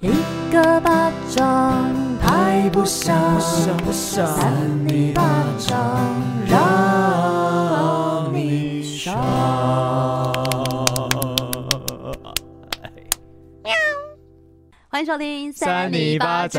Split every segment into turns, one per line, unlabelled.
一个巴掌拍不响，
不想
三你巴掌让你伤。欢迎收听
扇你巴
掌，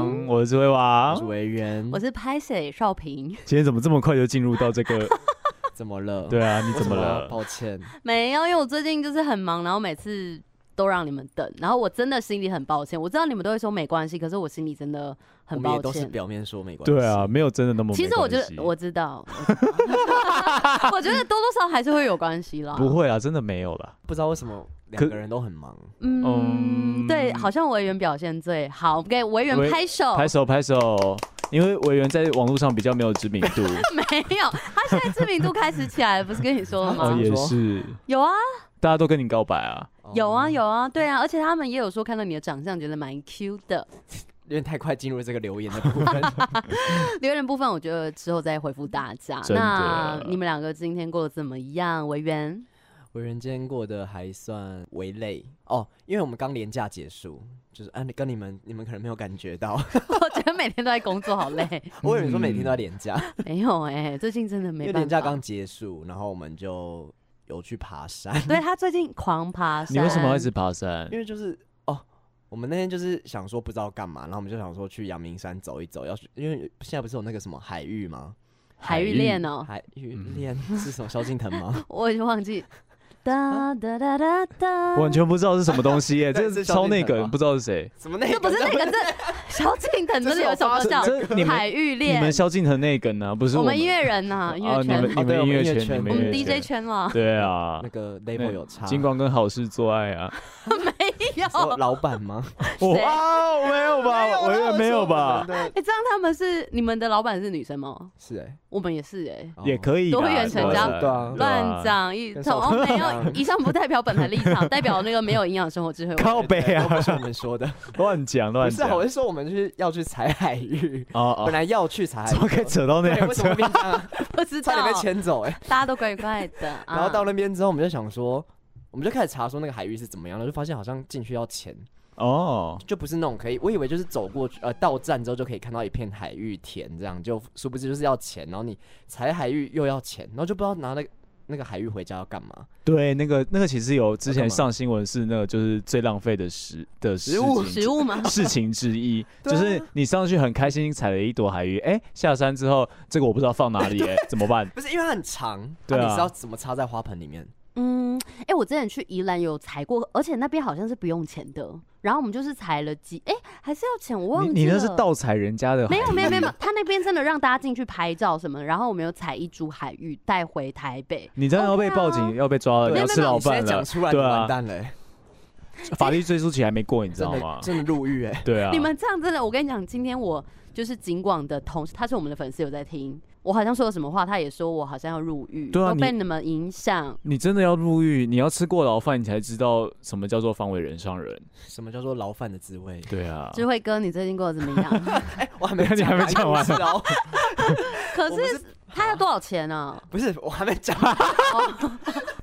掌，我是威
我
王
是。维园，
我是拍谁少平，
今天怎么这么快就进入到这个？
怎么了？
对啊，你
为
怎
什
么
么
了？
抱歉，
没有，因为我最近就是很忙，然后每次都让你们等，然后我真的心里很抱歉。我知道你们都会说没关系，可是我心里真的
我
很
们
抱
也都是
歉。
表面说没关系。
对啊，，没有真的那么没关系。
其实我觉得我知道，我知道 我觉得多多少少还是会有关系啦。
不会啊，真的没有啦。
不知道为什么两个人都很忙，
嗯，
嗯
对，好像委员表现最好，给委员
委
拍手。
拍手拍手，因为委员在网络上比较没有知名 度。
没有，他现在知名度开始起来了，不是跟你说了
哦，
吗？
也是，
有啊，
大家都跟你告白啊。
哦
有啊，，有啊，对啊，而且他们也有说看到你的长相觉得蛮 Q 的。
有点太快进入这个留言的部 分。
留言部分我觉得之后再回复大家。
真的
那你们两个今天过得怎么样？委员，
维园今天过得还算微累哦，因为我们刚连假结束，就是啊，跟你们你们可能没有感觉到，
我觉得每天都在工作，好累。
我有人说每
嗯
天都在连假，
没有哎、最近真的
因
没
为
办法。
连假刚结束，然后我们就有去爬山，
对他最近狂爬山。
你为什么要一直爬山
因？为就是哦，我们那天就是想说不知道干嘛，然后我们就想说去阳明山走一走，要去，因为现在不是有那个什么海域吗？
海域恋哦？
海域
嗯
恋 是什么？萧敬 腾吗？
我已经 忘记。哒哒哒哒哒，
完全不知道是什么东西耶，
对
这
是
超
萧敬
那
腾
个，
吗
不知道是谁。
什么那
这不 是那个，这萧敬腾真的有一首歌叫
这这你
《
们
海域
你
恋
们》，萧敬腾那个呢？不是
我
们
们音乐人呐，音
啊，
乐
你
圈
们，你
哦对
们音乐
我们音乐
圈，
圈
你们
我
音乐
们 DJ
圈，
圈啦，
对啊
那，个
那
label 有差？
金光跟好事做爱啊。
没有，
是老板 吗？
我
谁
啊，我没有吧？我也没有吧？？
哎，这样他们是你们的老板是女生吗？
是哎，
我们也是哎，
哦
也可以啦
多元成
对啊
家
对啊
乱。讲一
跟
通
少
哦，没有，
平
以上不代表本台立场， 代表那个没有营养生活智慧。
靠北
对都
啊
不，是我们说的，
乱讲 乱
不是啊，
讲。
我是说我们就是要去采海域，
哦
本
哦，
来要去采海
怎么可以
域，
扯到那
对
样
为
子
什？么变这样啊？
不知
差
道
点，被牵走哎。
大家都怪怪 的啊。
然后到那边之后，我们就想说，我们就开始查说那个海域是怎么样的，就发现好像进去要钱，
哦，
就不是那种可以，我以为就是走过去，呃，到站之后就可以看到一片海域田这样，就殊不知就是要钱，然后你采海域又要钱，然后就不知道拿那个那个海域回家要干嘛。
对，那个那个其实有之
要
前
干嘛
上新闻是那个就是最浪费的食的事
食物
情
食物吗？
事情之一，
对
就
啊
是你上去很开心采了一朵海鱼，哎，下山之后这个我不知道放哪里，哎，怎么办？
不是因为它很长，
对啊
你是要怎么插在花盆里面？
嗯，哎、我之前去宜兰有采过，而且那边好像是不用钱的。然后我们就是采了几，哎、还是要钱，我忘记
你
了。
你那是盗采人家的海
没
鱼？
有没有没有， 没有，他那边真的让大家进去拍照什么的。然后我们有采一株海芋带回台北，
你这样要被报警，要被抓了，
对
呃
啊
你要吃老
你
饭
现在讲
了，
出来，
对
你完
啊，
蛋了、欸，
法律追溯期还没过，你知
真
道
的
吗？
真的入狱哎、
对啊，
你们这样真的，我跟你讲，今天我就是警广的同事，他是我们的粉丝，有在听。我好像说了什么话，他也说我好像要入狱，
对啊
都
你啊
被你们影响。
你真的要入狱，你要吃过牢饭，你才知道什么叫做方为人上人。
什么叫做牢饭的 滋味？
对啊，
智慧哥，你最近过得怎 么样？
哎、我还没
你还没讲完
是哦，
可
我
是
不是
他要多少钱呢、
不是我还没讲，
啊？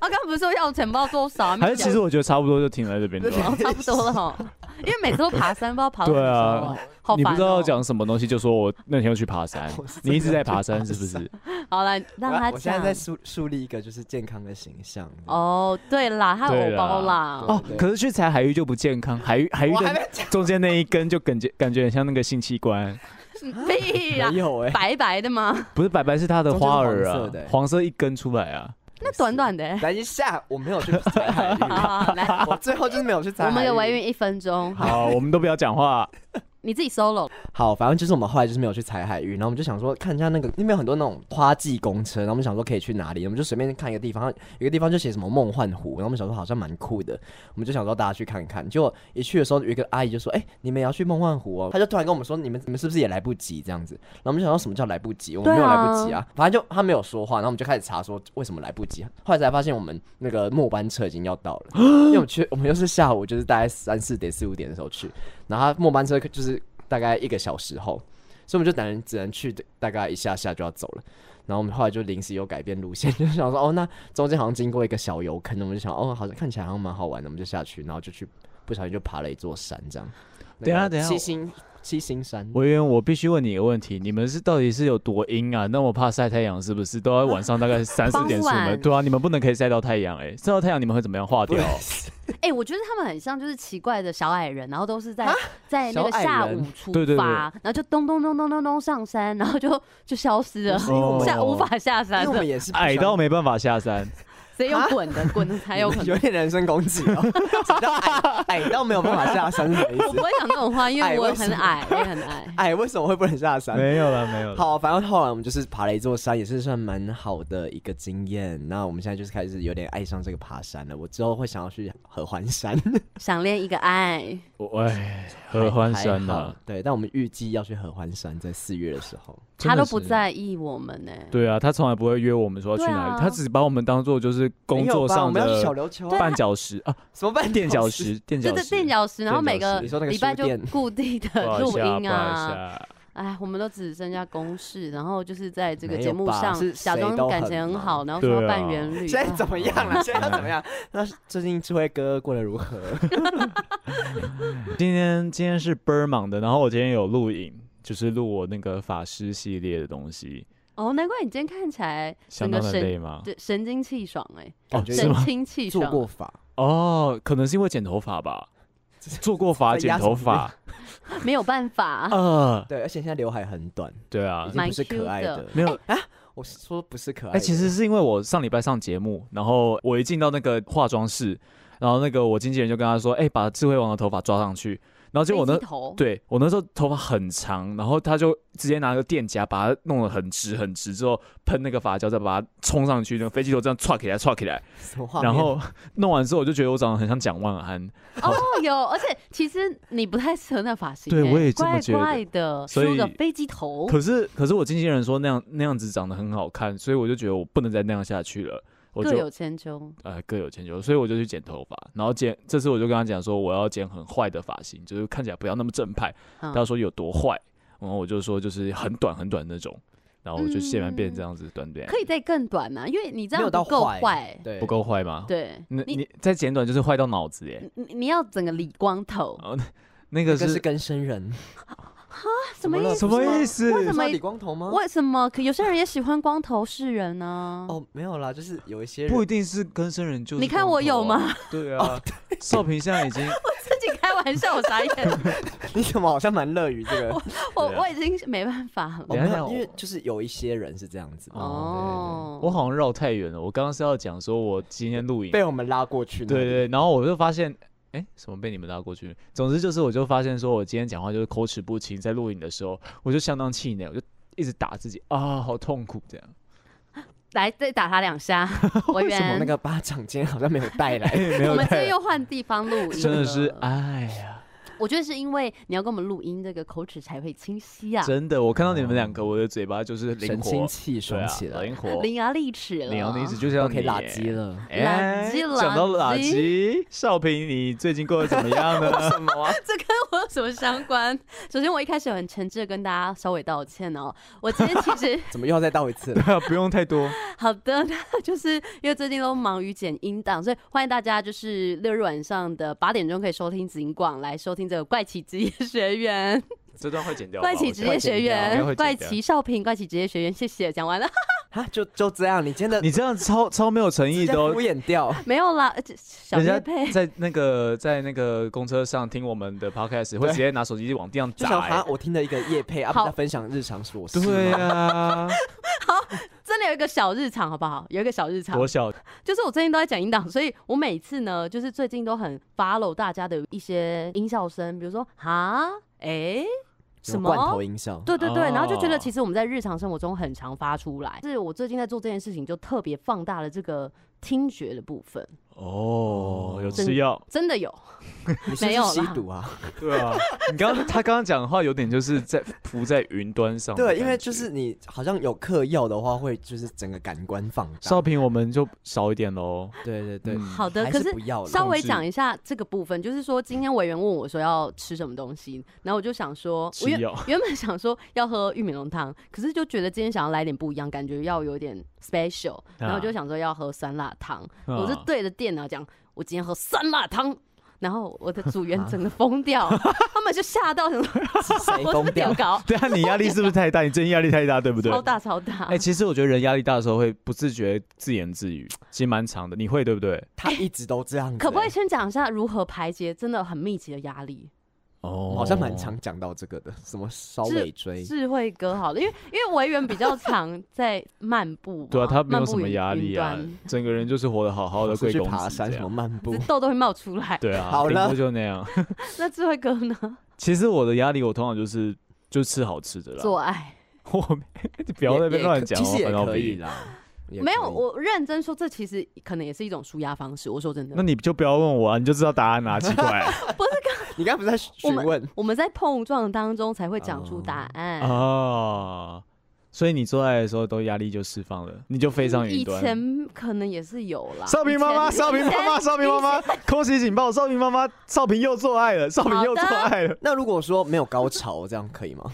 刚刚不是说要钱包多少？还没
还是
讲
其实我觉得差不多就停在这边 就
对
好
哦，。差不多了哈， 因为每次都爬山，不知道爬到什
对
么时候
啊
欸，好
你不
烦
知道要
哦。
讲什么东西，就说我那天又去爬山
我是，真的
你一直在爬山是不是？
好了，让他
我现在在
讲。
树树立一个就是健康的形象。
哦，对啦，他
对啦
偶包啦。
哦，可是去踩海域就不健康，海域海域
我还没
的中间那一根就感觉感觉很像那个性器官，
屁呀
没，有
欸
哎、
白白的吗？
不是白白是它的花儿
中间是
啊
黄色的，
黄色一根出来啊，
那短短 的欸。
等一下，我没有去采海域，
好，好来，
我最后就是没有去采
我
海域。
们给维运一分钟，
好，我们都不要讲话，
你自己 solo。
好，反正就是我们后来就是没有去采海域，然后我们就想说看一下那个那边有很多那种花季公车，然后我们想说可以去哪里，我们就随便看一个地方，有一个地方就写什么梦幻湖，然后我们想说好像蛮酷的，我们就想说大家去看看。结果一去的时候，有一个阿姨就说：“哎、你们也要去梦幻湖哦？”她就突然跟我们说：“你们你们是不是也来不及这样子？”然后我们就想说什么叫来不及？我们没有来不及啊，反正就她没有说话，然后我们就开始查说为什么来不及。后来才发现我们那个末班车已经要到了，因为我们去我们又是下午就是大概三四点四五点的时候去，然后她末班车就是大概一个小时后，所以我们就等人只能去大概一下下就要走了。然后我们后来就临时有改变路线， 就想说哦，那中间好像经过一个小油坑，我们就想哦，好像看起来好像蛮好玩的，我们就下去，然后就去不小心就爬了一座山这样。那
等一下
个
等一下
七
我
星七星山，
委员，我必须问你一个问题：你们是到底是有多阴啊？那么怕晒太阳是不是？都要晚上大概三四点出
傍
门？
晚
对啊，你们不能可以晒到太阳哎、晒到太阳你们会怎么样化掉？
哎、我觉得他们很像就是奇怪的小矮人，然后都是在
啊
在那
小
个
矮
下
人
午出发，
对对对
然后就咚咚咚咚咚咚上山，然后就就消失了，
哦
下无法下
因
山
为我
了
们，也是不
矮
喜欢
到没办法下山，
所以用滚的滚的才有可
有
能。
点人身攻击 哦，什么叫矮矮到没有办法下山是什么
我
意
不
思？
会讲这种话，因
矮
为我
为什
很
么
矮，我也很矮。
矮为什么会不能下山？
没有了，没有了。
好，反正后来我们就是爬了一座山，也是算蛮好的一个经验。那我们现在就是开始有点爱上这个爬山了。我之后会想要去合欢 山，
想练一个爱，
我哎，合欢山啊
还
呐、
还好对，但我们预计要去合欢山，在四月的时候。
他
真
都
的是
不在意我们呢、
对啊，他从来不会约我们说要去哪里，
对啊
他只把我们当做就是工作上
哎没有吧我们要去小
的
琉球、啊，
绊脚石啊，
什么半
垫脚？石，垫
就
脚
是
石，
垫脚石，然后每
垫脚
个
石
你说那个
礼拜
书
就
店
固定
不好意
的录
思啊，不
音
好意思
啊。
啊。
哎，我们都只剩下公事，然后就是在这个
没
节
有
目
吧
上
是
假
谁
装
都
感
很
情很
忙
好，然后说
对啊
要办元旅。
现在
啊
怎么样了？现在要怎么样？那最近智慧哥过得如 何？
今天今天是倍儿忙的，然后我今天有录影，就是录我那个法师系列的东西，
哦，难怪你今天看起来
相当
整
的
个神
累吗？
对神清气爽哎、
感觉
是
神
吗
清气
做
爽。
过法，
哦，可能是因为剪头发吧，做过发
在
剪
压什
头
么
发，
没有办法，啊
呃，
对，而且现在刘海很短，
对啊
已，经
蛮
不是可
Q
爱
的
的。
没有，
我是说不是可爱
哎、
的，
其实是因为我上礼拜上节目，然后我一进到那个化妆室，然后那个我经纪人就跟他说，哎、把智慧王的头发抓上去，然后结果我
飞
那
机头
对我那时候头发很长，然后他就直接拿个电夹把它弄得很直很直，之后喷那个发胶，再把它冲上去，那个飞机头这样歘起来歘起来，
什么画面
然后弄完之后我就觉得我长得很像蒋万安，
哦，有，而且其实你不太适合那发型欸、
对我也这么
怪
觉得
怪的，
所
梳个
以
飞机头。
可是可是我经纪人说那样那样子长得很好看，所以我就觉得我不能再那样下去了，我
各
就
有千秋，
呃各有千秋，所以我就去剪头发，然后剪这次我就跟他讲说我要剪很坏的发型，就是看起来不要那么正派。
嗯
他说有多坏，然后我就说就是很短很短那种，然后我就现在变这样子短短，
嗯可以再更短啊呐、因为你这样
没有到
不够
坏
坏，
对
不够坏吗？
对，
那
你嗯
你再剪短就是坏到脑子耶，
你你要整个理光头，
哦那
这
个
个是
是
跟生人，
什么意思？
什么意思？
为什
是
么
理光头吗？
为什么？可有些人也喜欢光头是人呢、
哦，没有啦，就是有一些人
不一定是跟生人，就是
你看我有吗
光
哦
头啊？对 啊，少平现在已经
自己开玩笑，我 傻眼，
你怎么好像蛮乐于这个？
我
对啊
我已经没办法了。
哦，
等一
没
下
有，因为就是有一些人是这样子，
哦，
我好像绕太远了。我刚刚是要讲说我今天录影，
被我们拉过去。
对，对，然后我就发现，哎、什么被你们拉过去？总之就是，我就发现说我今天讲话就是口齿不清，在录影的时候，我就相当气馁，我就一直打自己啊，好痛苦这样。
来再打他 两下，我
为什么
原
那个巴掌今天好像没有带来？
没
我
有
们这
太
又换地方录音了，
真的是哎呀，
我觉得是因为你要跟我们录音，这个口齿才会清晰啊，
真的，我看到你们两个，我的嘴巴就是灵
哦神
活
清，气
对
爽
啊
起，来，
灵活，
伶牙俐齿了。
你要的意思就像
都可以
你
拉
耶
鸡。了。
哎
垃圾
讲到垃
垃
圾，少平，你最近过得怎么样呢？
什么啊？
这跟我有什么相关？首先，我一开始有很诚挚的跟大家稍微道歉哦。我今天其实
怎么又要再倒一次了？
对啊， 不用太多。
好的，那就是 因为最近都忙于剪音档，所以欢迎大家就是六日晚上的八点钟可以收听警广，来收听这个怪奇职业学员、
这段会剪掉吧。
怪奇
啊我
职
觉得
业学
应该
员、
会剪掉
怪奇少平、怪奇职业学员。谢谢，讲完了
啊，就就这样，你今天的
你这样超超没有诚意
直接
的哦，
敷衍掉。
没有啦？呃这小
人
叶
家
配
在那个在那个公车上听我们的 podcast，会直接拿手机往地上
就想
砸、
啊
欸，。
我听了一个夜配啊，
好
不在分享日常琐事。
对，啊，
真的有一个小日常，好不好？有一个小日常，
多小
就是我最近都在讲音档，所以我每次呢，就是最近都很 follow 大家的一些音效声，比如说哈，哎、
什
什
么罐头
么？
音效？
对对对，
哦
然后就觉得其实我们在日常生活中很常发出来，是我最近在做这件事情，就特别放大了这个听觉的部分，
哦，有
真
吃药，
真的有。
你是不
没
是
有啦
吸毒啊？
对啊。你刚刚他刚刚讲的话有点就是在浮在云端上的感
对，
觉，
因为就是你好像有嗑药的话，会就是整个感官放大。
少平，我们就少一点喽。
对对对，
嗯
好的，
还
可
是
是
不要了。
稍微
控制
讲一下这个部分，就是说今天委员问我说要吃什么东西，然后我就想说，我
吃
原
药，，
原本想说要喝玉米浓汤，可是就觉得今天想要来点不一样，感觉要有点 special，然后就想说要喝酸辣汤。我是对着电脑讲，我今天喝酸辣汤。然后我的组员整个疯掉，他们就吓到什么
谁
我是不
疯
是
掉
丢？稿
对啊，你压力是不是太大？你最近压力太大，对不对？
超大超大。
哎、其实我觉得人压力大的时候会不自觉自言自语，其实蛮长的。你会对不对？
他一直都这样子欸、
可不可以先讲一下如何排解真的很密集的压力？
哦
我好像蛮常讲到这个的，什么烧
是
尾
哎
椎，
智慧哥好了，因为因为维园比较常在漫步嘛，
对啊，他没
漫
有
步
什么
云
压力啊
云端，
整个人就是活得好好的，
出
贵
去
公子
爬山
这
什么
样。
漫步
这，痘痘会冒出来。
对啊，
好
顶
了
多就那样。
那智慧哥呢？
其实我的压力，我通常就是就吃好吃的啦。
做爱
我没不要在那边乱讲，
其实
我
也
烦到
可
鼻。
以啦。也
没有，
可以
我认真说，这其实可能也是一种舒压方式。我说真的
那，你就不要问我啊，你就知道答案啦、奇 怪
你刚刚不是在询问？
我们在碰撞当中才会讲出答案。
哦。所以你做爱的时候都压力就释放了，你就飞上
以
云端。
前可能也是有啦。
少平妈妈，
以前
少平妈妈，少平妈妈，空袭警报！少平妈妈，少平又做爱了，少平又做爱了。
那如果说没有高潮，这样可以吗？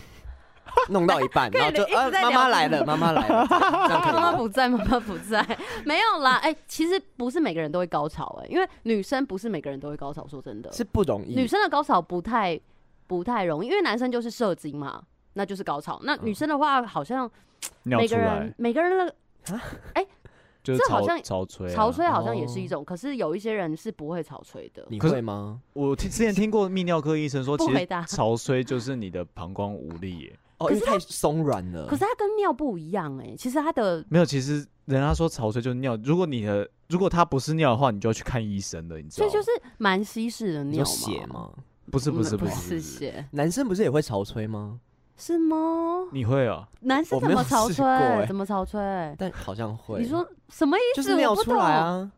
弄到一半，然后就
可以一
呃，
直在
妈妈
聊
来了，妈妈来了，这样这样可以
妈妈
吗？
不在，妈妈不在， 没有啦。哎、其实不是每个人都会高潮、哎，因为女生不是每个人都会高潮。说真的，
是不容
女
易，
生的高潮不太不太容易，因为男生就是射精嘛，那就是高潮。那女生的话，好像
嗯尿
每
出
个
来
人，每个人的
就是
这好
潮
像
潮吹啊，
潮吹好像也是
哦
一种，可是有一些人是不会潮吹的。
你
可是
会吗？
我听之前听过泌尿科医生说，
不
其
回
实
答
潮吹就是你的膀胱无力耶。
哦，
可
因
是
为太松软了。
可是它跟尿不一样哎、其实它的
没有，其实人家说潮吹就是尿，如果你的如果它不是尿的话，你就要去看医生了，你知道
所以
吗？
就是蛮稀释的
你
尿
有
嘛，
血吗？
不是不是
嗯不
不是，
是血
男生不是也会潮吹吗？
是吗？
你会啊？
男生
我
怎
没有
么潮
试
吹
过欸？
怎么潮吹？
但好像会。
你说什么意思？
就是尿
我不
出
懂
来！啊？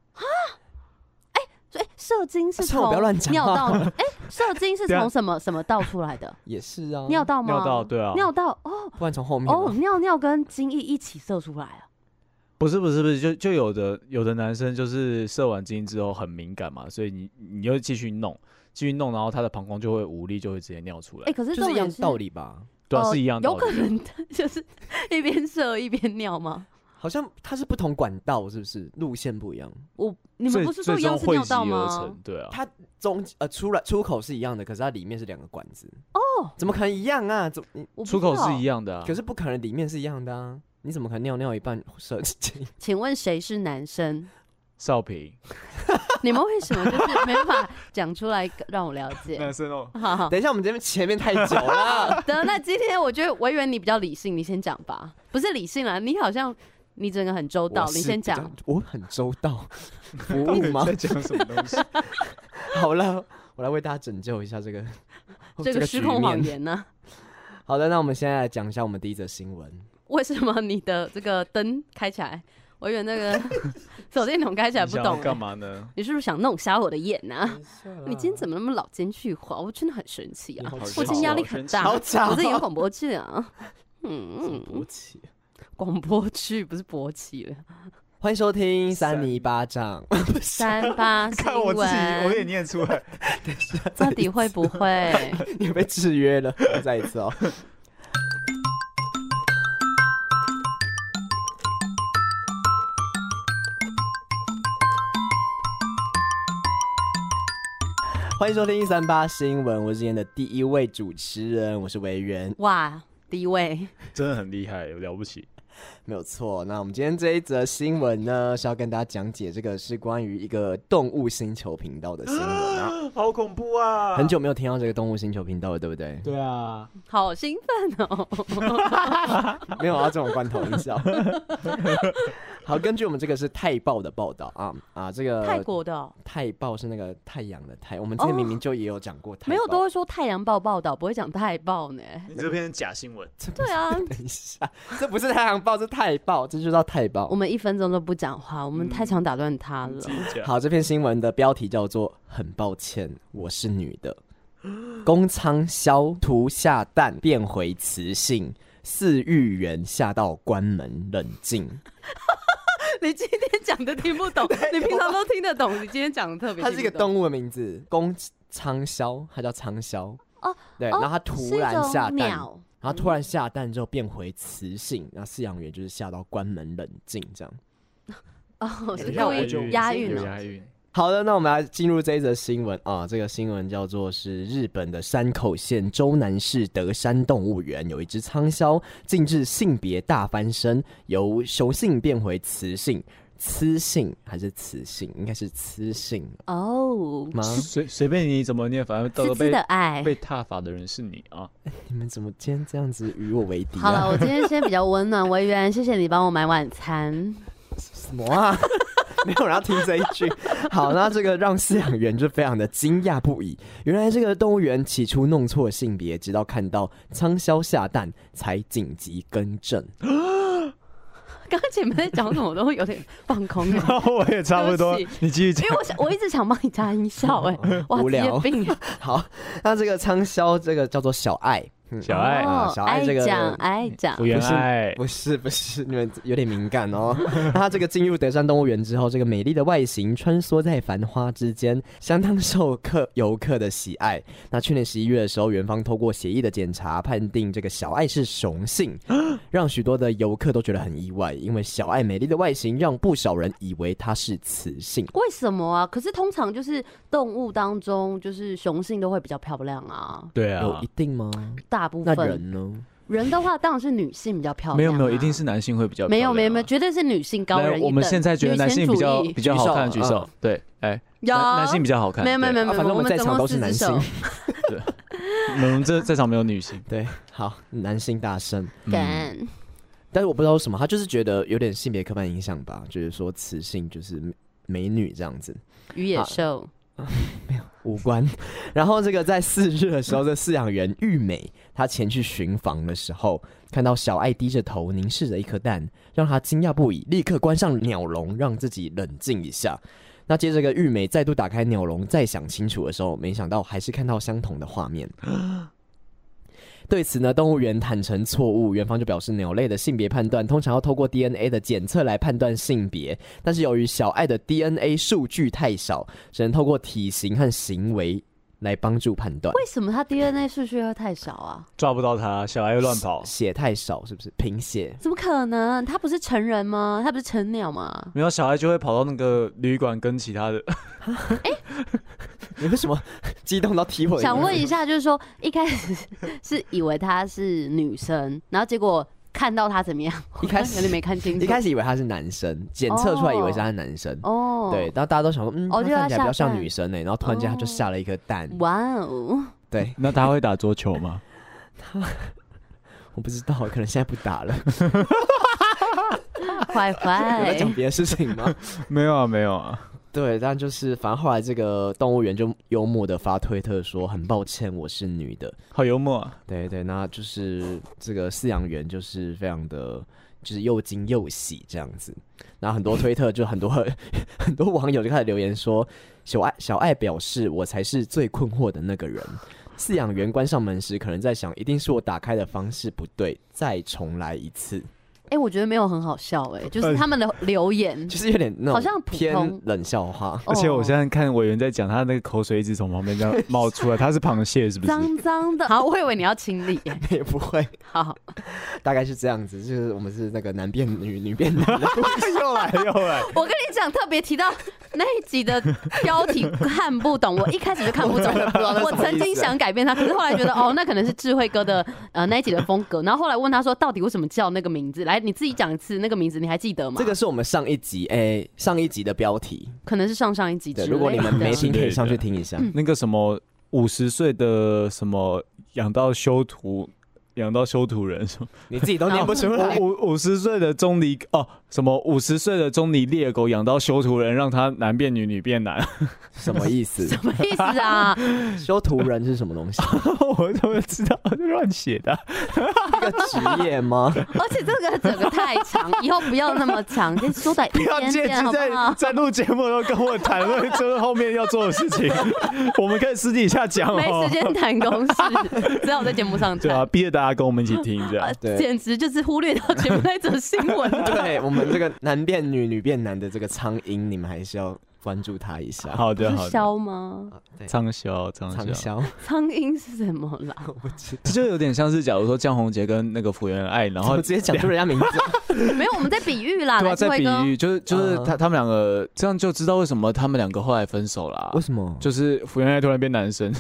所以哎射精是
啊算了
从
我不要乱讲
尿
话
道，哎，射精是
对啊
从什么什么道出来的？
也是啊，
尿道吗？
尿道对啊
哦尿道哦
不然从后面
哦，
啊
尿尿跟精液一起射出来啊。
不是不是不是，就就有的有的男生就是射完精之后很敏感嘛，所以你你又继续弄，继续弄，然后他的膀胱就会无力，就会直接尿出来。
哎，可是
就
重
是一样
点是
道理吧？
对啊，
哦
是一样道
有
理的。
可能就是一边射一边尿吗？
好像它是不同管道，是不是路线不一样？
我你
最
们不是说一样是
最终
尿
汇集
道
而
吗
成？？对啊，
它中呃出来出口是一样的，可是它里面是两个管子哦，怎么可能一样啊？怎你
我不
出口
知道
是一样的啊
可。是不可能里面是一样的啊？你怎么可能尿尿一半射精？
请问谁是男生？
少平，
你们为什么就是没办法讲出来让我了 解？
生 哦，
好好
等一下，我们这边前面太久 了，
的，那今天我觉得委员你比较理性，你先讲吧。不是理性啦，你好像你整个很周到，
我
你
是
先
比较
讲。，
我很周到，服务 吗？
讲什么东西？
好了，我来为大家拯救一下这个
这个失
局
控谎
面。
言啊呢、
好的，那我们现在来讲一下我们第一则新闻。
为什么你的这个灯开起来？委员那 个手电筒开起来
你
不
想要
懂、啊哎
干嘛呢？
你是不是想弄瞎我的眼呢、你今天
么
怎么那么老奸巨猾？我真的很生气啊！
好
我
生
今天
气
压
哦
力
好
很
生气
大，
好吵
我在演广播剧 啊。嗯，
勃起？
广播剧不是勃起 了。
欢迎收听三尼巴掌。
三八新闻，
念出来。
到底会不会？
你被制约了，再一次哦。欢迎收听一三八新闻，我是今天的第一位主持人，我是维园，
哇，第一位，
真的很厉害，了不起。
没有错。那我们今天这一则新闻呢，是要跟大家讲解这个是关于一个动物星球频道的新闻啊。
好恐怖啊
很。久没有听到这个动物星球频道了，对不对？
对啊，
好兴奋哦！
没有啊，这种罐头音效。 好，根据我们这个是泰报的报道啊啊，这个
泰国的哦
泰报是那个太阳的太，我们之前
哦
明明就也有讲过泰报，
没有都会说太阳报报道，不会讲泰报呢。
你这篇假新闻，
对啊，
等一下，这不是太阳报，是泰报，这就叫泰
我
报。
们一分钟都不讲话，我们太常打断他了。
好，
好，这篇新闻的标题叫做“很抱歉，我是女的”，公仓消毒下蛋变回雌性，饲育员吓到关门冷静。
你今天讲的听不懂，你平常都听得懂，你今天讲的特别。
它是一个动物的名字，公仓鸮，它叫仓鸮。
哦，
对，
哦
然后它
听
突
不懂，
然
是一
下
种
蛋，
鸟。
然后突然下蛋之后变回雌性，然后饲养员就是吓到关门冷静这样。
哦，是
等一下
故
我就
意押韵
有
哦。
押韵。
好的，那我们来进入这一则新闻啊，这个新闻叫做是日本的山口县周南市德山动物园有一只仓鸮近日性别大翻身，由雄性变回雌性。雌性还是雌性？应该是雌性
哦，
吗？
啊随随便你怎么念，反正到时
自
候
私
被
的哎爱。
被踏法的人是你 啊！
你们怎么今天这样子与我为敌、啊？
好了，我今天先比较温暖委员，谢谢你帮我买晚餐。
什么啊？ 没有人要听这一句。 好，那这个让饲养员就非常的惊讶不已。原来这个动物园起初弄错性别，直到看到仓鸮下蛋才紧急更正。
刚刚前面在讲什么，我都有点放空欸
我也差不多
对不，
你继续讲
因。为我想我一直想帮你加音效 哎、
哦
哇，
无
职业
聊
病欸
好，那这个仓鸮这个叫做小爱，嗯
小爱
哦
啊小爱
爱
这个
讲爱讲，
福原
不是
爱，
不是不是，你们有点敏感哦。 那它这个进入德山动物园之后，这个美丽的外形穿梭在繁花之间，相当受客游客的喜爱。那去年十一月的时候，园方透过协议的检查，判定这个小爱是 雄性，让许多的游客都觉得很意外，因为小爱美丽的外形让不少人以为它是雌性。
为什么啊？可是通常就是动物当中，就是雄性都会比较漂亮啊，
对
有
啊
一，定吗？
大部
那
分
人呢？
人的话当然是女性比较漂亮、啊
没有没有，一定是男性会比较
没有
漂亮啊
没有没有，绝对是女性高
来
人一等。
我们现在觉得男性比较
女权主义
比较好看，
举
举
手
手。对，哎，
有
男男性比较好看。
没有没有没有，
啊反正我
嗯我
们在场
总共
都是男性
四只手
有，我们嗯这在场没有女性。
对，好，男性大声。
嗯
干
但是我不知道为什么，他就是觉得有点性别刻板印象吧，就是说雌性就是美女这样子，
与野兽，
无关。 然后这个在四日的时候，这饲养员玉美她前去巡房的时候，看到小爱低着头凝视着一颗蛋，让她惊讶不已，立刻关上鸟笼，让自己冷静一下。那接着，这个玉美再度打开鸟笼，再想清楚的时候，没想到还是看到相同的画面。对此呢，动物园坦诚错误，园方就表示鸟类的性别判断通常要透过 DNA 的检测来判断性别，但是由于小爱的 DNA 数据太少，只能透过体型和行为来帮助判断。
为什么它 DNA 数据会太少啊？
抓不到他，小孩又乱跑。
血太少是不是？贫血
怎么可能？它不是成人吗？它不是成鸟吗？
没有小孩就会跑到那个旅馆跟其他的，
你为 什么激动到踢我的椅子？
想 问一下，就是说一开始 是以为她是女生，然后结果看到她怎么样？
一开始
有点没看清楚。
一开始以为他是男生，检测出来以为是他是男生，
哦，
对，然，后大家都想说，嗯，
哦
他
就要
看起来比较
下
像
蛋
女生欸呢、然后突然间他就
哦
下了一颗蛋，
哇哦，
对，
那他会打桌球吗？
我不知道，可能现在不打了，
坏
我在
坏，
讲别的事情吗？
没有啊，没有啊。
对，但就是反正后来这个动物园就幽默的发推特说，很抱歉我是女的，
好幽默啊！
对对，那就是这个饲养员就是非常的。就是又惊又喜这样子，然后很多推特就很多 很多网友就开始留言说，小爱小爱表示我才是最困惑的那个人。饲养员关上门时，可能在想，一定是我打开的方式不对，再重来一次，
哎、我觉得没有很好笑、哎，就是他们的留言哦
就，是有点那种
好像普通
偏冷笑话。
而且我现
在
在看委员在讲，他那个口水一直从旁边这样冒出来，他是螃蟹是不是？
脏脏的，好，我以为你要清理、哎，
也不会，
好，
大概是这样子，就是我们是那个男变女，女 变男的故事
又来又来，
我跟你讲，特别提到那一集的标题看不懂，我一开始就看不懂， 我曾经想改变它，可是后来觉得哦，那可能是智慧哥的呃那一集的风格，然后后来问他说，到底为什么叫那个名字？来，你自己讲一次那个名字，你还记得吗？
这个是我们上一集哎、上一集的标题。
可能是上上一集之
对，
类的。嗯
如果你们没听，可以上去听一下。
那个什么五十岁的什么养到修图，养到修图人 什么
你自己都念不出 来。
五五十岁的中尼哦，什么五十岁的中尼猎狗养到修图人，让他男变女，女变男，
什么意 思？
什么意思啊？
修图人是什么东西？
我怎么知道？ 就乱写的。啊
一个职业 吗？
而且这个整个太长，以后不要那么长，先缩短一
不要
点
借
点，
机
好不
在
好？
在录节目的时候跟我谈 论就是后面要做的事情，我们可以私底下讲
没
哦
时。间谈公 事，只好在节目上
对啊，
谈。
逼着大家跟我们一起听这 样
呃。
对
简直就是忽略到 节目那则新闻
对我们这个男变女，女变男的这个苍蝇，你们还是要关注他一下。
好的
不
好的，
是萧吗？
啊，对，
畅销畅
畅
销，
销，
苍蝇是什么啦？
我不知道，
这就有点像是假如说江宏杰跟那个福原爱，然
然后
后
直接讲出人家名字，
没有，我们在比喻啦，
对
来
啊，
智
在
慧
比
哥，
喻就是就是
嗯
他他们两个这样就知道为什么他们两个后来分手啦
为。什嗯么？ 就
就是福原爱突然变男生，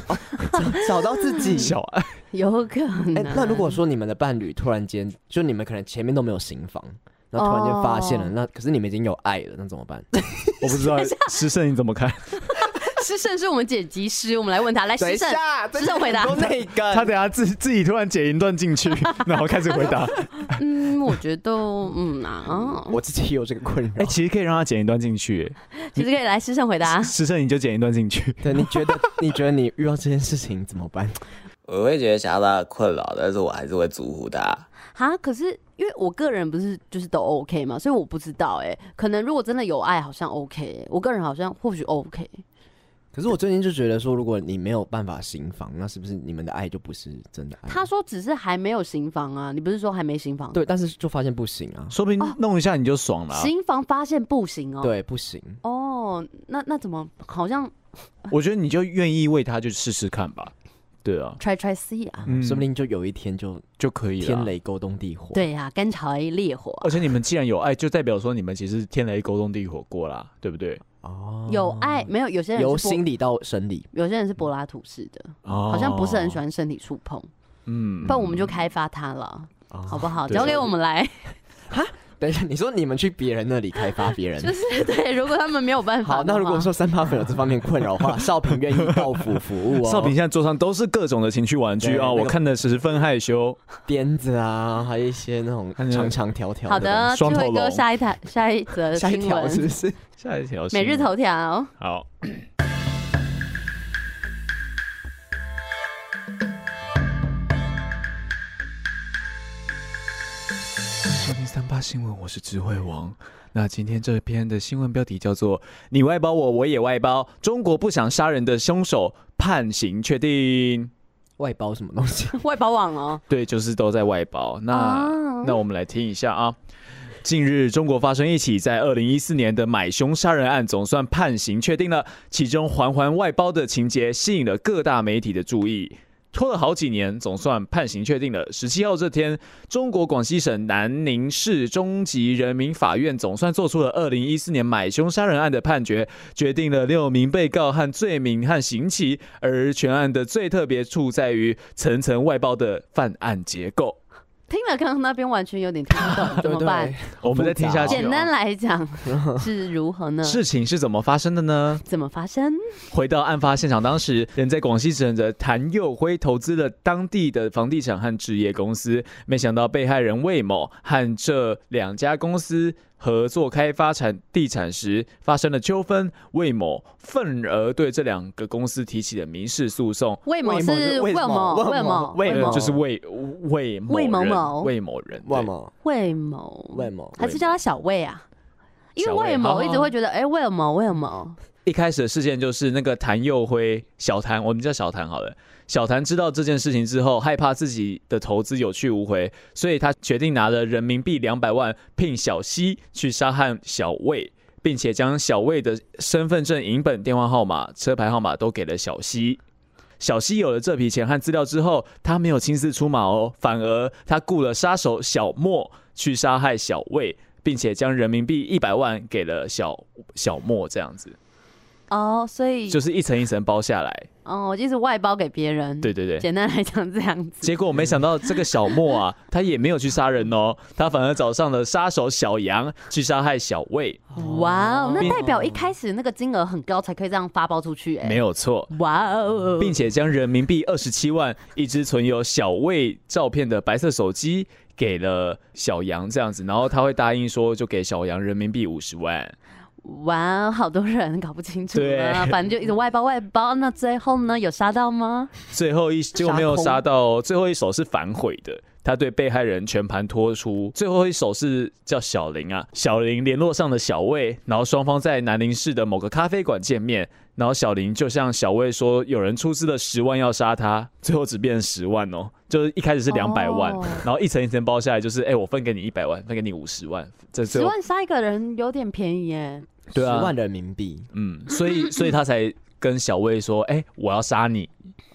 找到自己。
小爱
有可能。
哎，那如 果说你们的伴侣突然间，就你们可能前面都没有行房，然后突然间发现了，
哦
那可是你们已经有爱了，那怎么办？
我不知道石胜你怎么看？
师胜是我们剪辑师，我们来问他，来
等
师
一
胜，
下，
师胜回答，
都那个，
他等下自自己突然剪一段进 去，然后开始回 答。
嗯，我觉得，嗯啊，
我自己有这个困
哎、
扰。
其实可以让他剪一段进去，
其实可以来师胜回答。啊
石胜你就剪一段进去。
对，你觉得你觉得你遇到这件事情怎么办？
我会觉得想要他的困扰，但是我还是会祝福他。
哈，可是因为我个人不是就是都 OK 嘛，所以我不知道哎、可能如果真的有爱，好像 OK，欸、我个人好像或许 OK，
可是我最近就觉得说，如果你没有办法行房，那是不是你们的爱就不是真的爱？
他说只是还没有行房啊，你不是说还没行房？，
对，但是就发现不行啊，
说不
哦
定弄一下你就爽了啊、
行房发现不行哦。。
对，不行。
哦，那那怎么好像
我觉得你就愿意为他去试试看吧。对啊，
try try see 啊？
嗯
说不定就有一天就
就可以了。
天，雷勾动地火。，
对呀、干柴烈火啊、
而且你们既然有爱，就代表说你们其实天雷勾动地火过啦，对不对？
哦，
有爱没有？有些人
由
是柏
心理到生理，
有些人是柏拉图式的，
哦
好像不是很喜。欢身体触碰，
嗯
不然我们就开发它了，
哦
好不好？
对
交给我们来。
等一下，你说你们去别人那里开发别人，
就是对，如果他们没有办法的话，
好，那如果说三八粉有这方面困扰的话，少平愿意到府服务 哦，
少平现在桌上都是各种的情趣玩具
对
啊，
那个
我看的十分害羞。
鞭子啊，还有一些那种长长条条
好
东
的，智
双头
慧哥
龙
下一台下一 则
西，下一
呃新
条
闻，
是不是？
下一条新
每
闻，
日头条。
好。收听三八新闻，我是智慧王。那今天这篇的新闻标题叫做“你外包我，我也外包”，中国不想杀人的凶手判刑确定。
外包什么东西？
外包网哦，
对，就是都在外包。那、
啊
那我们来听一下啊。近日，中国发生一起在二零一四年的买凶杀人案，总算判刑确定了。其中环环外包的情节吸引了各大媒体的注意，拖了好几年，总算判刑确定了。十七号这天，中国广西省南宁市中级人民法院总算做出了二零一四年买凶杀人案的判决，决定了六名被告和罪名和刑期。而全案的最特别处在于层层外包的犯案结构。
听了刚刚那边完全有点听不 懂， 怎么办？？
我们再听下去、哦。
简单来讲是如何呢？
事情是怎么发生的 呢？
怎么发生？
回到案发现场，当时人在广西省的谭佑辉投资了当地的房地产和置业公司，没想到被害人魏某和这两家公司合作开发产地产时发生了纠纷，魏某愤而对这两个公司提起了民事诉讼。
魏某是
为
魏
什
某
么，
魏
为什
某，
么
魏
呃
某
就是魏魏某
魏某
人
某
魏某人，
外
对
吗？
魏某，
魏某
还是叫他小魏啊？因为
小魏哦
魏某
好
一直会觉得，哎，魏某，魏某，
一开始的事件就是那个谭佑辉，小谭，我们叫小谭好了。小谭知道这件事情之后，害怕自己的投资有去无回，所以他决定拿了人民币两百万聘小西去杀害小魏，并且将小魏的身份证、银本、电话号码、车牌号码都给了小西。小西有了这笔钱和资料之后，他没有亲自出马哦，反而他雇了杀手小莫去杀害小魏，并且将人民币一百万给了小小莫这样子。
哦，所以
就是一层一层包下来。
哦，就是外包给别人。
对对对。
简单来讲这样子。
结果没想到这个小莫啊，他也没有去杀人哦，他反而找上了杀手小杨去杀害小魏，
哇哦，那
并
代表一开始那个金额很高才可以这样发包出去，哎，
没有错，
哇哦，
并且将人民币二十七万、一只存有小魏照片的白色手机给了小杨，这样子，然后他会答应说就给小杨人民币五十万。
哇，哦好多人搞不清楚
对
啊，反正就一直外包外包。那最后呢，有杀到吗？
最后一结果没有杀到哦，最后一手是反悔的。他对被害人全盘托出，最后一手是叫小林啊，小林联络上了小魏，然后双方在南宁市的某个咖啡馆见面，然后小林就向小魏说有人出资了十万要杀他，最后只变十万哦，就是一开始是两百万
哦
然后一层一层包下来，就是哎、我分给你一百万，分给你五十万，这最
十
后
万杀一个人有点便宜耶，
对
十
啊
万人民币，
嗯，所以所以他才跟小魏说，哎、我要杀你，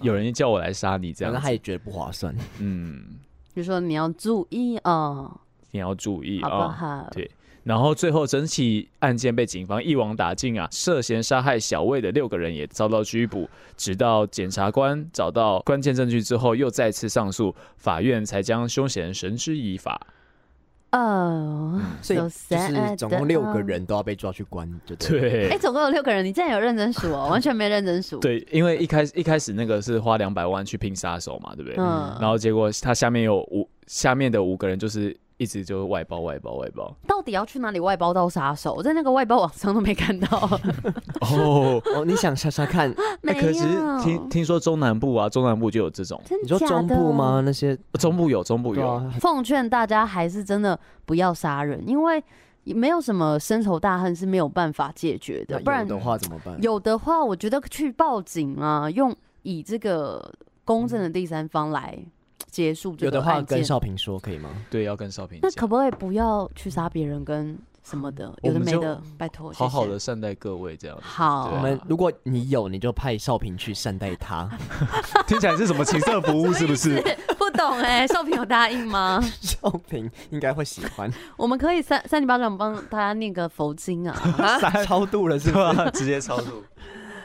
有人叫我来杀你这
然
样
后
子，
他也觉得不划算。
嗯，
就说你要注意哦，
你要注意啊、
好不好？
对然后最后整起案件被警方一网打尽啊，涉嫌杀害小魏的六个人也遭到拘捕，直到检察官找到关键证据之后，又再次上诉，法院才将凶嫌绳之以法。
哦，
所以
so
就
sad
是总共六个
哦
人都要被抓去关，就对了。
哎、
对。
总共有六个人，你竟然有认真数哦，完全没认真数。，
对，因为一开始一开始那个是花两百万去拼杀手嘛，对不对？
嗯
然后结果他下面有五，下面的五个人就是一直就外包外包外包。
到底要去哪里外包到杀手？我在那个外包网上都没看到，
哦， 哎
哦，你想查查 看，
没有。
可是听听说中南部啊，中南部就有这种，
真
你说
假
中
的
部吗？？那些
中部有，中部
对
哦有。
啊，
奉劝大家还是真的不要杀人，因为没有什么深仇大恨是没有办法解决的，
那
不然
啊有的话怎么办？
有的话，我觉得去报警啊，用以这个公正的第三方来结束这
有
个
的话
案件。
跟少平说可以吗？
对，要跟少平
那
讲
可不可以不要去杀别人跟什么的？
我
有
们
的没
就
的，拜托，谢
好好
谢
的善待各位，这样
好，
对
我
啊
们如果你有，你就派少平去善待他。
听起来是什么情色服 务？是不是？
不懂哎、少平有答应吗？
少平应该会喜欢，
我们可以三三零八掌帮大家念个佛经啊。
超度了是
对
吧？
吧？直接超速。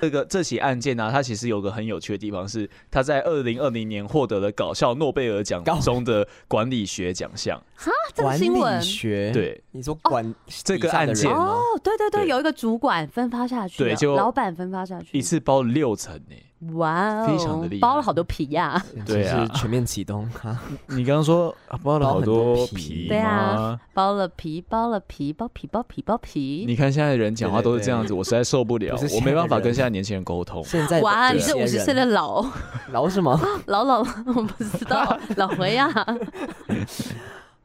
这个这起案件呢、它其实有个很有趣的地方是，它在二零二零年获得了搞笑诺贝尔奖
搞
中的管理学奖 项。
这个
管
新闻
理学，
对，
你说管
这个案件
底下的人吗？
哦，对对对，
对
有一个主管分发下去了，啊
对就
老板分发下去，
一次包了六层呢、
哇哦，
非常的厉害
包了好多皮呀、
对啊
就是全面启动哈。
嗯
你刚刚说啊包了
包
好
很多
多
皮
皮
对啊
吗？
包了皮，包了皮，包皮，包皮，包皮。
你看现在人讲话都是这样子，我实在受不了
不是，
我
现在
没办法
人
跟现在年轻人沟 通。
现在
哇，你
这
是
些
五十
人
岁的老
老什么？
老老，我不 知道老回啊呀、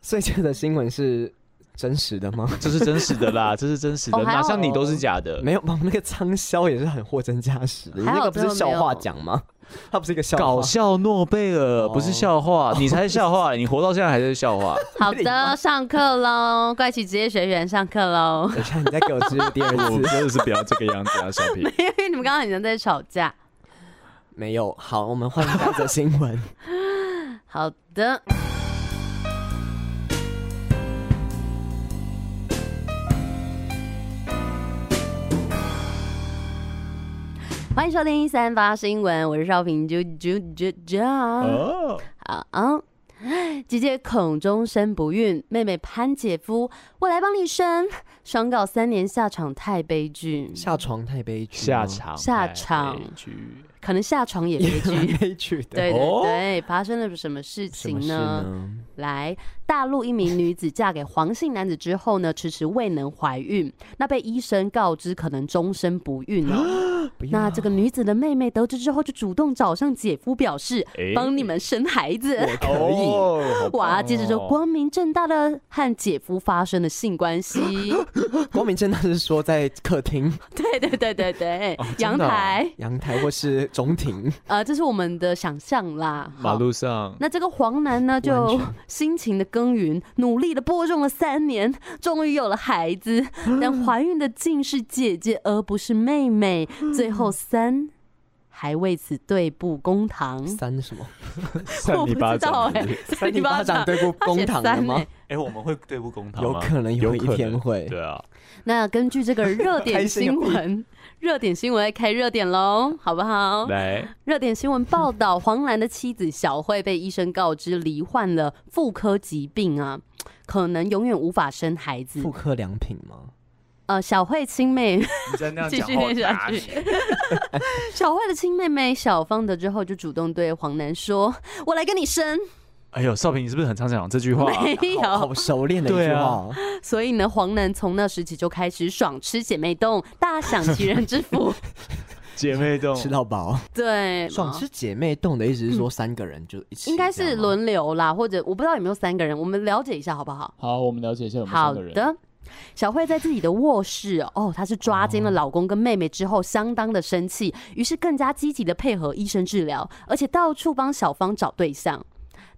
所以这个新闻是真实的吗？
这是真实的啦，这是真实的，
哦还好哦
哪像你都是假的。
没有 吧？那个畅销也是很货真价实的，
还
那
好
个不是
真的
笑
没有
话奖吗？ 它不是一个笑哦话，
搞笑诺贝尔不是笑话，你才是笑话，你活到现在还是笑 话。
好的，上课喽，怪奇职业学员上课喽。
等一下，你再 给我植入第二
我
次。
真的是不要这个样子啊，小平。
因为你们刚刚好像在吵架。
没有，好，我们换下一则新闻。
好的，欢迎收听三八新闻，我是少平啾啾啾啾。
哦，
好啊，姐姐孔中生不孕，妹妹潘姐夫，我来帮你生。双告三年下场太悲剧，
下床太悲剧
下
吗，
场
下场
哎
悲剧
可能下床也
也
悲
蛮。
剧
悲剧的。
对
哦
对对，发生了什么事
什
情
么事
呢？
呢？
来，大陆一名女子嫁给黄姓男子之后呢，迟迟未能怀孕，那被医生告知可能终身不孕
啊
哦。
不要
那这个女子的妹妹得知之后，就主动找上姐夫，表示
哎
诶
帮你们生孩子。
可以
哦好棒
哇！
哦
接着就光明正大的和姐夫发生了性 关系。
光明正大是说在客厅、
对对对对对，阳
真的哦
台，
阳台或是中庭，
呃，这是我们的想象啦。
马
好
路上，
那这个黄男呢，
完
就辛勤的耕耘，努力的播种了三年，终于有了孩子，
嗯
但怀孕的竟是姐姐而不是妹妹。
嗯
最后三还为此对簿公堂，
三 什么？
我不知道哎、
三
你
你巴掌对过公堂的吗？
哎，我们会对簿公堂
有可能啊有一天会。
对啊，
那根据这个热
开
点
心啊个
新
屁
闻，热点新闻开热点喽，好不好？
来，
热点新闻报道， 黄澜的妻子小慧被医生告知罹患了妇科疾病啊，可能永远无法生孩子
妇。科良品吗？
呃，小慧亲 妹
你再那
继续念下去。 小慧的亲妹妹小芳得知后，就主动对黄楠说：“我来跟你生。
哎呦，少平，你是不是很常讲这句话？
没
好
有
好，熟练的一句
对
话
啊
哦。
所以呢，黄楠从那时起就开始爽吃姐妹洞，大享其人之 福。
姐妹洞
吃到饱，
对，
爽吃姐妹洞的意思是说三个人就一
嗯
起，
应该是。轮流啦，或者我不知道有没有三个人，我们了解一下好不好？
好，我们了解一下我们
好
三个人。
的。小慧在自己的卧室哦，她是抓奸了老公跟妹妹之后，相当的生气，于是更加积极的配合医生治疗，而且到处帮小芳找对象。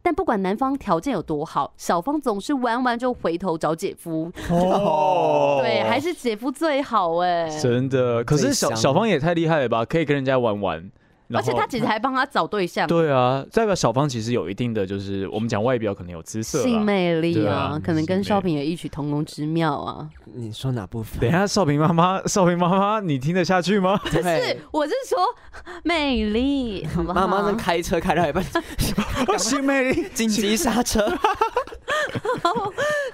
但不管男方条件有多好，小芳总是玩完就回头找姐夫，
哦
对，还是姐夫最好哎、
真的。可是
最
小
香
小芳也太厉害了吧，可以跟人家玩玩，然
而且
后
他姐姐还帮他找对象，
对啊，代表小芳其实有一定的，就是我们讲外表可能有姿色啦。
性魅力
对
啊
啊，
可能跟
性魅
少平有异曲同工之妙啊。
你说哪部分？
等一下，少平妈妈， 少平妈妈，你听得下去吗？
对，
啊是，我是说魅力，好不好？
妈妈正开车开到一 半，哦
性魅力，
紧急刹车。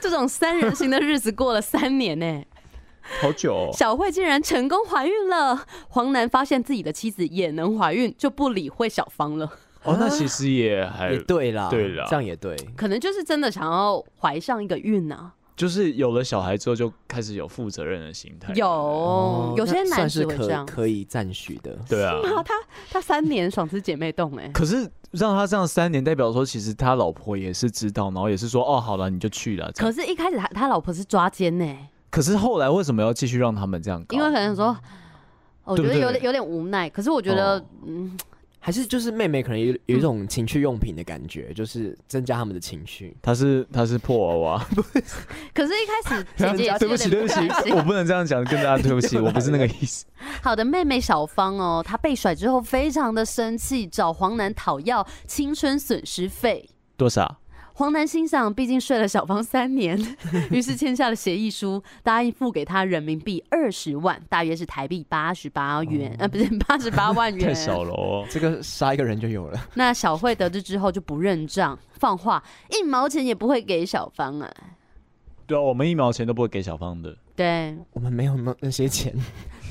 这种三人行的日子过了三年呢、
好久、哦。
小慧竟然成功怀孕了。黄楠发现自己的妻子也能怀孕，就不理会小芳了，
哦，那其实也还
也对啦，
对啦
这样也对。
可能就是真的想要怀上一个孕啊。
就是有了小孩之后就开始有负责任的心态。
有、
哦
有些男
那算
子
是
会这
可
样。
可以赞许的。
对啊。
啊，他他三年爽吃姐妹洞哎、
可是让他这样三年，代表说其实他老婆也是知道，然后也是说哦，好了，你就去了。这
可
样
是，一开始他他老婆是抓奸呢、
可是后来为什么要继续让他们这样搞？嗯
因为可能说，哦我觉
对不
得
对
有点有点无奈。可是我觉得，
哦
嗯，
还是就是妹妹可能有有一种情趣用品的感觉，就是增加他们的情绪。
他是他是破娃娃。
可是一 开 始姐姐也是
对
有
不起对
点
不
开
起，
心
我不能这样讲，跟大家对不起，我不是那个意思。
好的，妹妹小芳哦，她被甩之后非常的生气，找黄楠讨要青春损失费。
多少？
黄楠心想，毕竟睡了小芳三年， 于是签下了协议书，答应付给她人民币二十万，大约是台币八十八元，呃，不是 八十八万元，
哦太少了哦。
这个杀一个人就有了，
那小慧得知之后就不认账，放话一毛钱也不会给小芳啊。
对啊，我们一毛钱都不会给小芳的。
对，
我们没有那那些钱，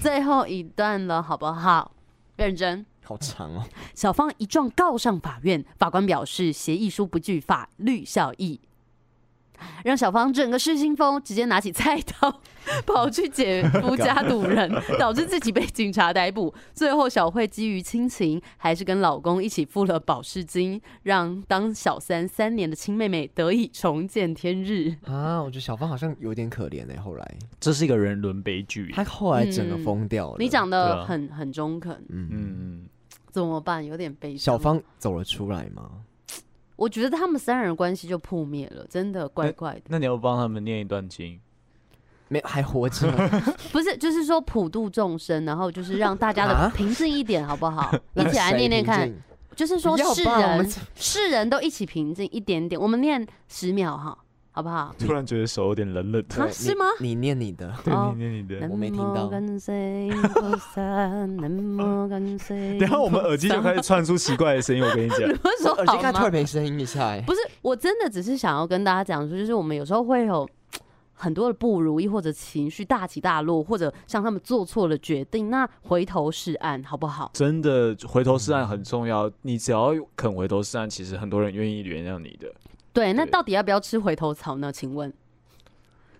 最后一段了，好不好？认真。
好长 哦。
小芳一状告上法院，法官表示协议书不具法律效益，让小芳整个失心疯，直接拿起菜刀跑去姐夫家堵人，导致自己被警察逮捕。最后，小慧基于亲情，还是跟老公一起付了保释金，让当小三三年的亲妹妹得以重见天日。
啊，我觉得小芳好像有点可怜哎、后来
这是一个人伦悲剧。
她后来整个
嗯
疯掉了。
你讲
对
的
啊
很很中肯，
嗯，
嗯，
怎么办？有点悲伤。
小，芳走了出来吗？
我觉得他们三人关系就破灭了，真的怪怪的。
那你要帮他们念一段经。
没有，还活着。
不是，就是说普度众生，然后就是让大家的
啊
平静一点，好不 好？ 一
那
起来
谁
念念
平
看，
静
就是说
不要
世
吧我们
人世人都一起平静一点点，我们念十秒哈，好不好？
突然觉得手有点冷冷
啊，是吗？
你念你的，
对，
哦
你念你的。
我没听
南
到
无观世音菩萨南 无观世音菩 萨
等一下我们耳机就开始窜出奇怪的声音，我跟你 讲
你。会说
耳机
好
盖突
吗
然？没声音一下、 欸，
不是，我真的只是想要跟大家讲说，就是我们有时候会有很多的不如意，或者情绪大起大落，或者像他们做错了决定，那回头是岸，好不好？
真的回头是岸很重要，你只要肯回头是岸，其实很多人愿意原谅你的。
对，那
对
到底要不要吃回头草呢？请问，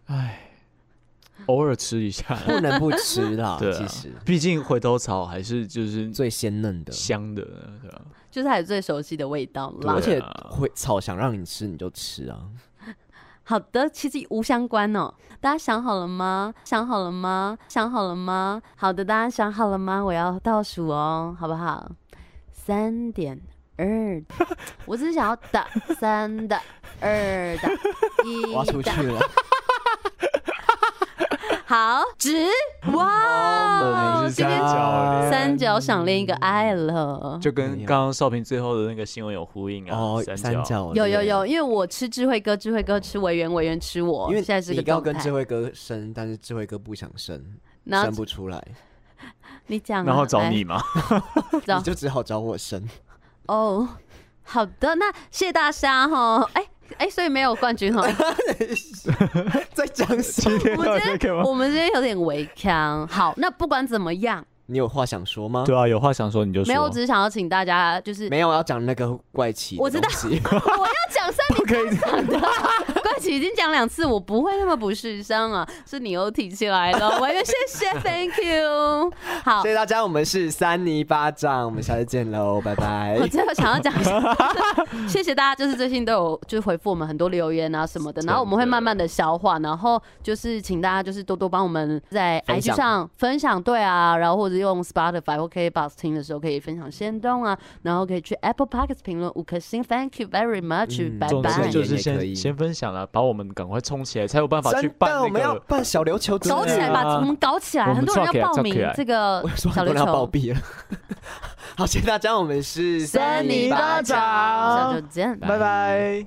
唉，偶尔吃一下，
不能不吃 啦。
对
其
啊
实
毕竟回头草还是就是
最鲜嫩的，
香的，对吧？
就是还有最熟悉的味道
对啊
啦
而。且会草想让你吃你就吃啊。
好的，其实无相关哦。大家想好了吗？想好了吗？想好了吗？好的，大家想好了吗？我要倒数哦，好不好？三点 二，我只是想要打三的、二的、
我要出
一的。
去了，
好，直哇！
哦我们是
今天
三角恋
三角想练一个爱了。
就跟
没有
刚刚少平最后的那个新闻有呼应啊。
哦，
三
三角
有
恋
有有，因为我吃智慧哥，智慧哥吃维园，维园吃我，
因为
现在是
你
个
刚
状
要跟
态
智慧哥生，但是智慧哥不想生，
然
生
后
不出来，
你讲啊、
然后找
来
你嘛，
找
你就只好找 我生。
哦。好的，那谢谢大家哈。哎、哎、所以没有冠 军哈。
在讲什么？
我
到底在
们今
干
天
嘛
我们今天有点违抗。好，那不管怎么样，
你有话想说吗？
对啊，有话想说你就说。
没有，我只是想要请大家就是
没有要讲那个怪奇的
我知道
东西，
我要讲三
不可以，
点的怪 起，已经讲两次，我不会那么不智商啊，是你又提起来了，我也谢谢，Thank you。好
谢，谢大家，我们是三泥巴掌，我们下次见喽，拜拜
哎
我。最后想要讲 一下，就是谢谢大家，就是最近都有就是回复我们很多留言啊什么的，然后我们会慢慢的消化，然后就是请大家就是多多帮我们在
分
IG
享
上分享，对啊，然后或者用 Spotify 或 KBox 听的时候可以分享先动啊，然后可以去 Apple Podcast 评论五颗星，Thank you very much，
嗯
拜
总之
拜。
就是
也可以
先先分享了，把我们赶快冲起来，才有办法去
真
办
的，我
那
们要
个。
办小琉球之旅
搞起来吧，
对啊
我们搞起来，
我们
很多人
造起来
要报
造起
名
来
这个
我说
小
很
琉
多人要暴
球。
毙了。 好，谢谢大家，我们是
三泥
巴掌
下周见，
拜拜。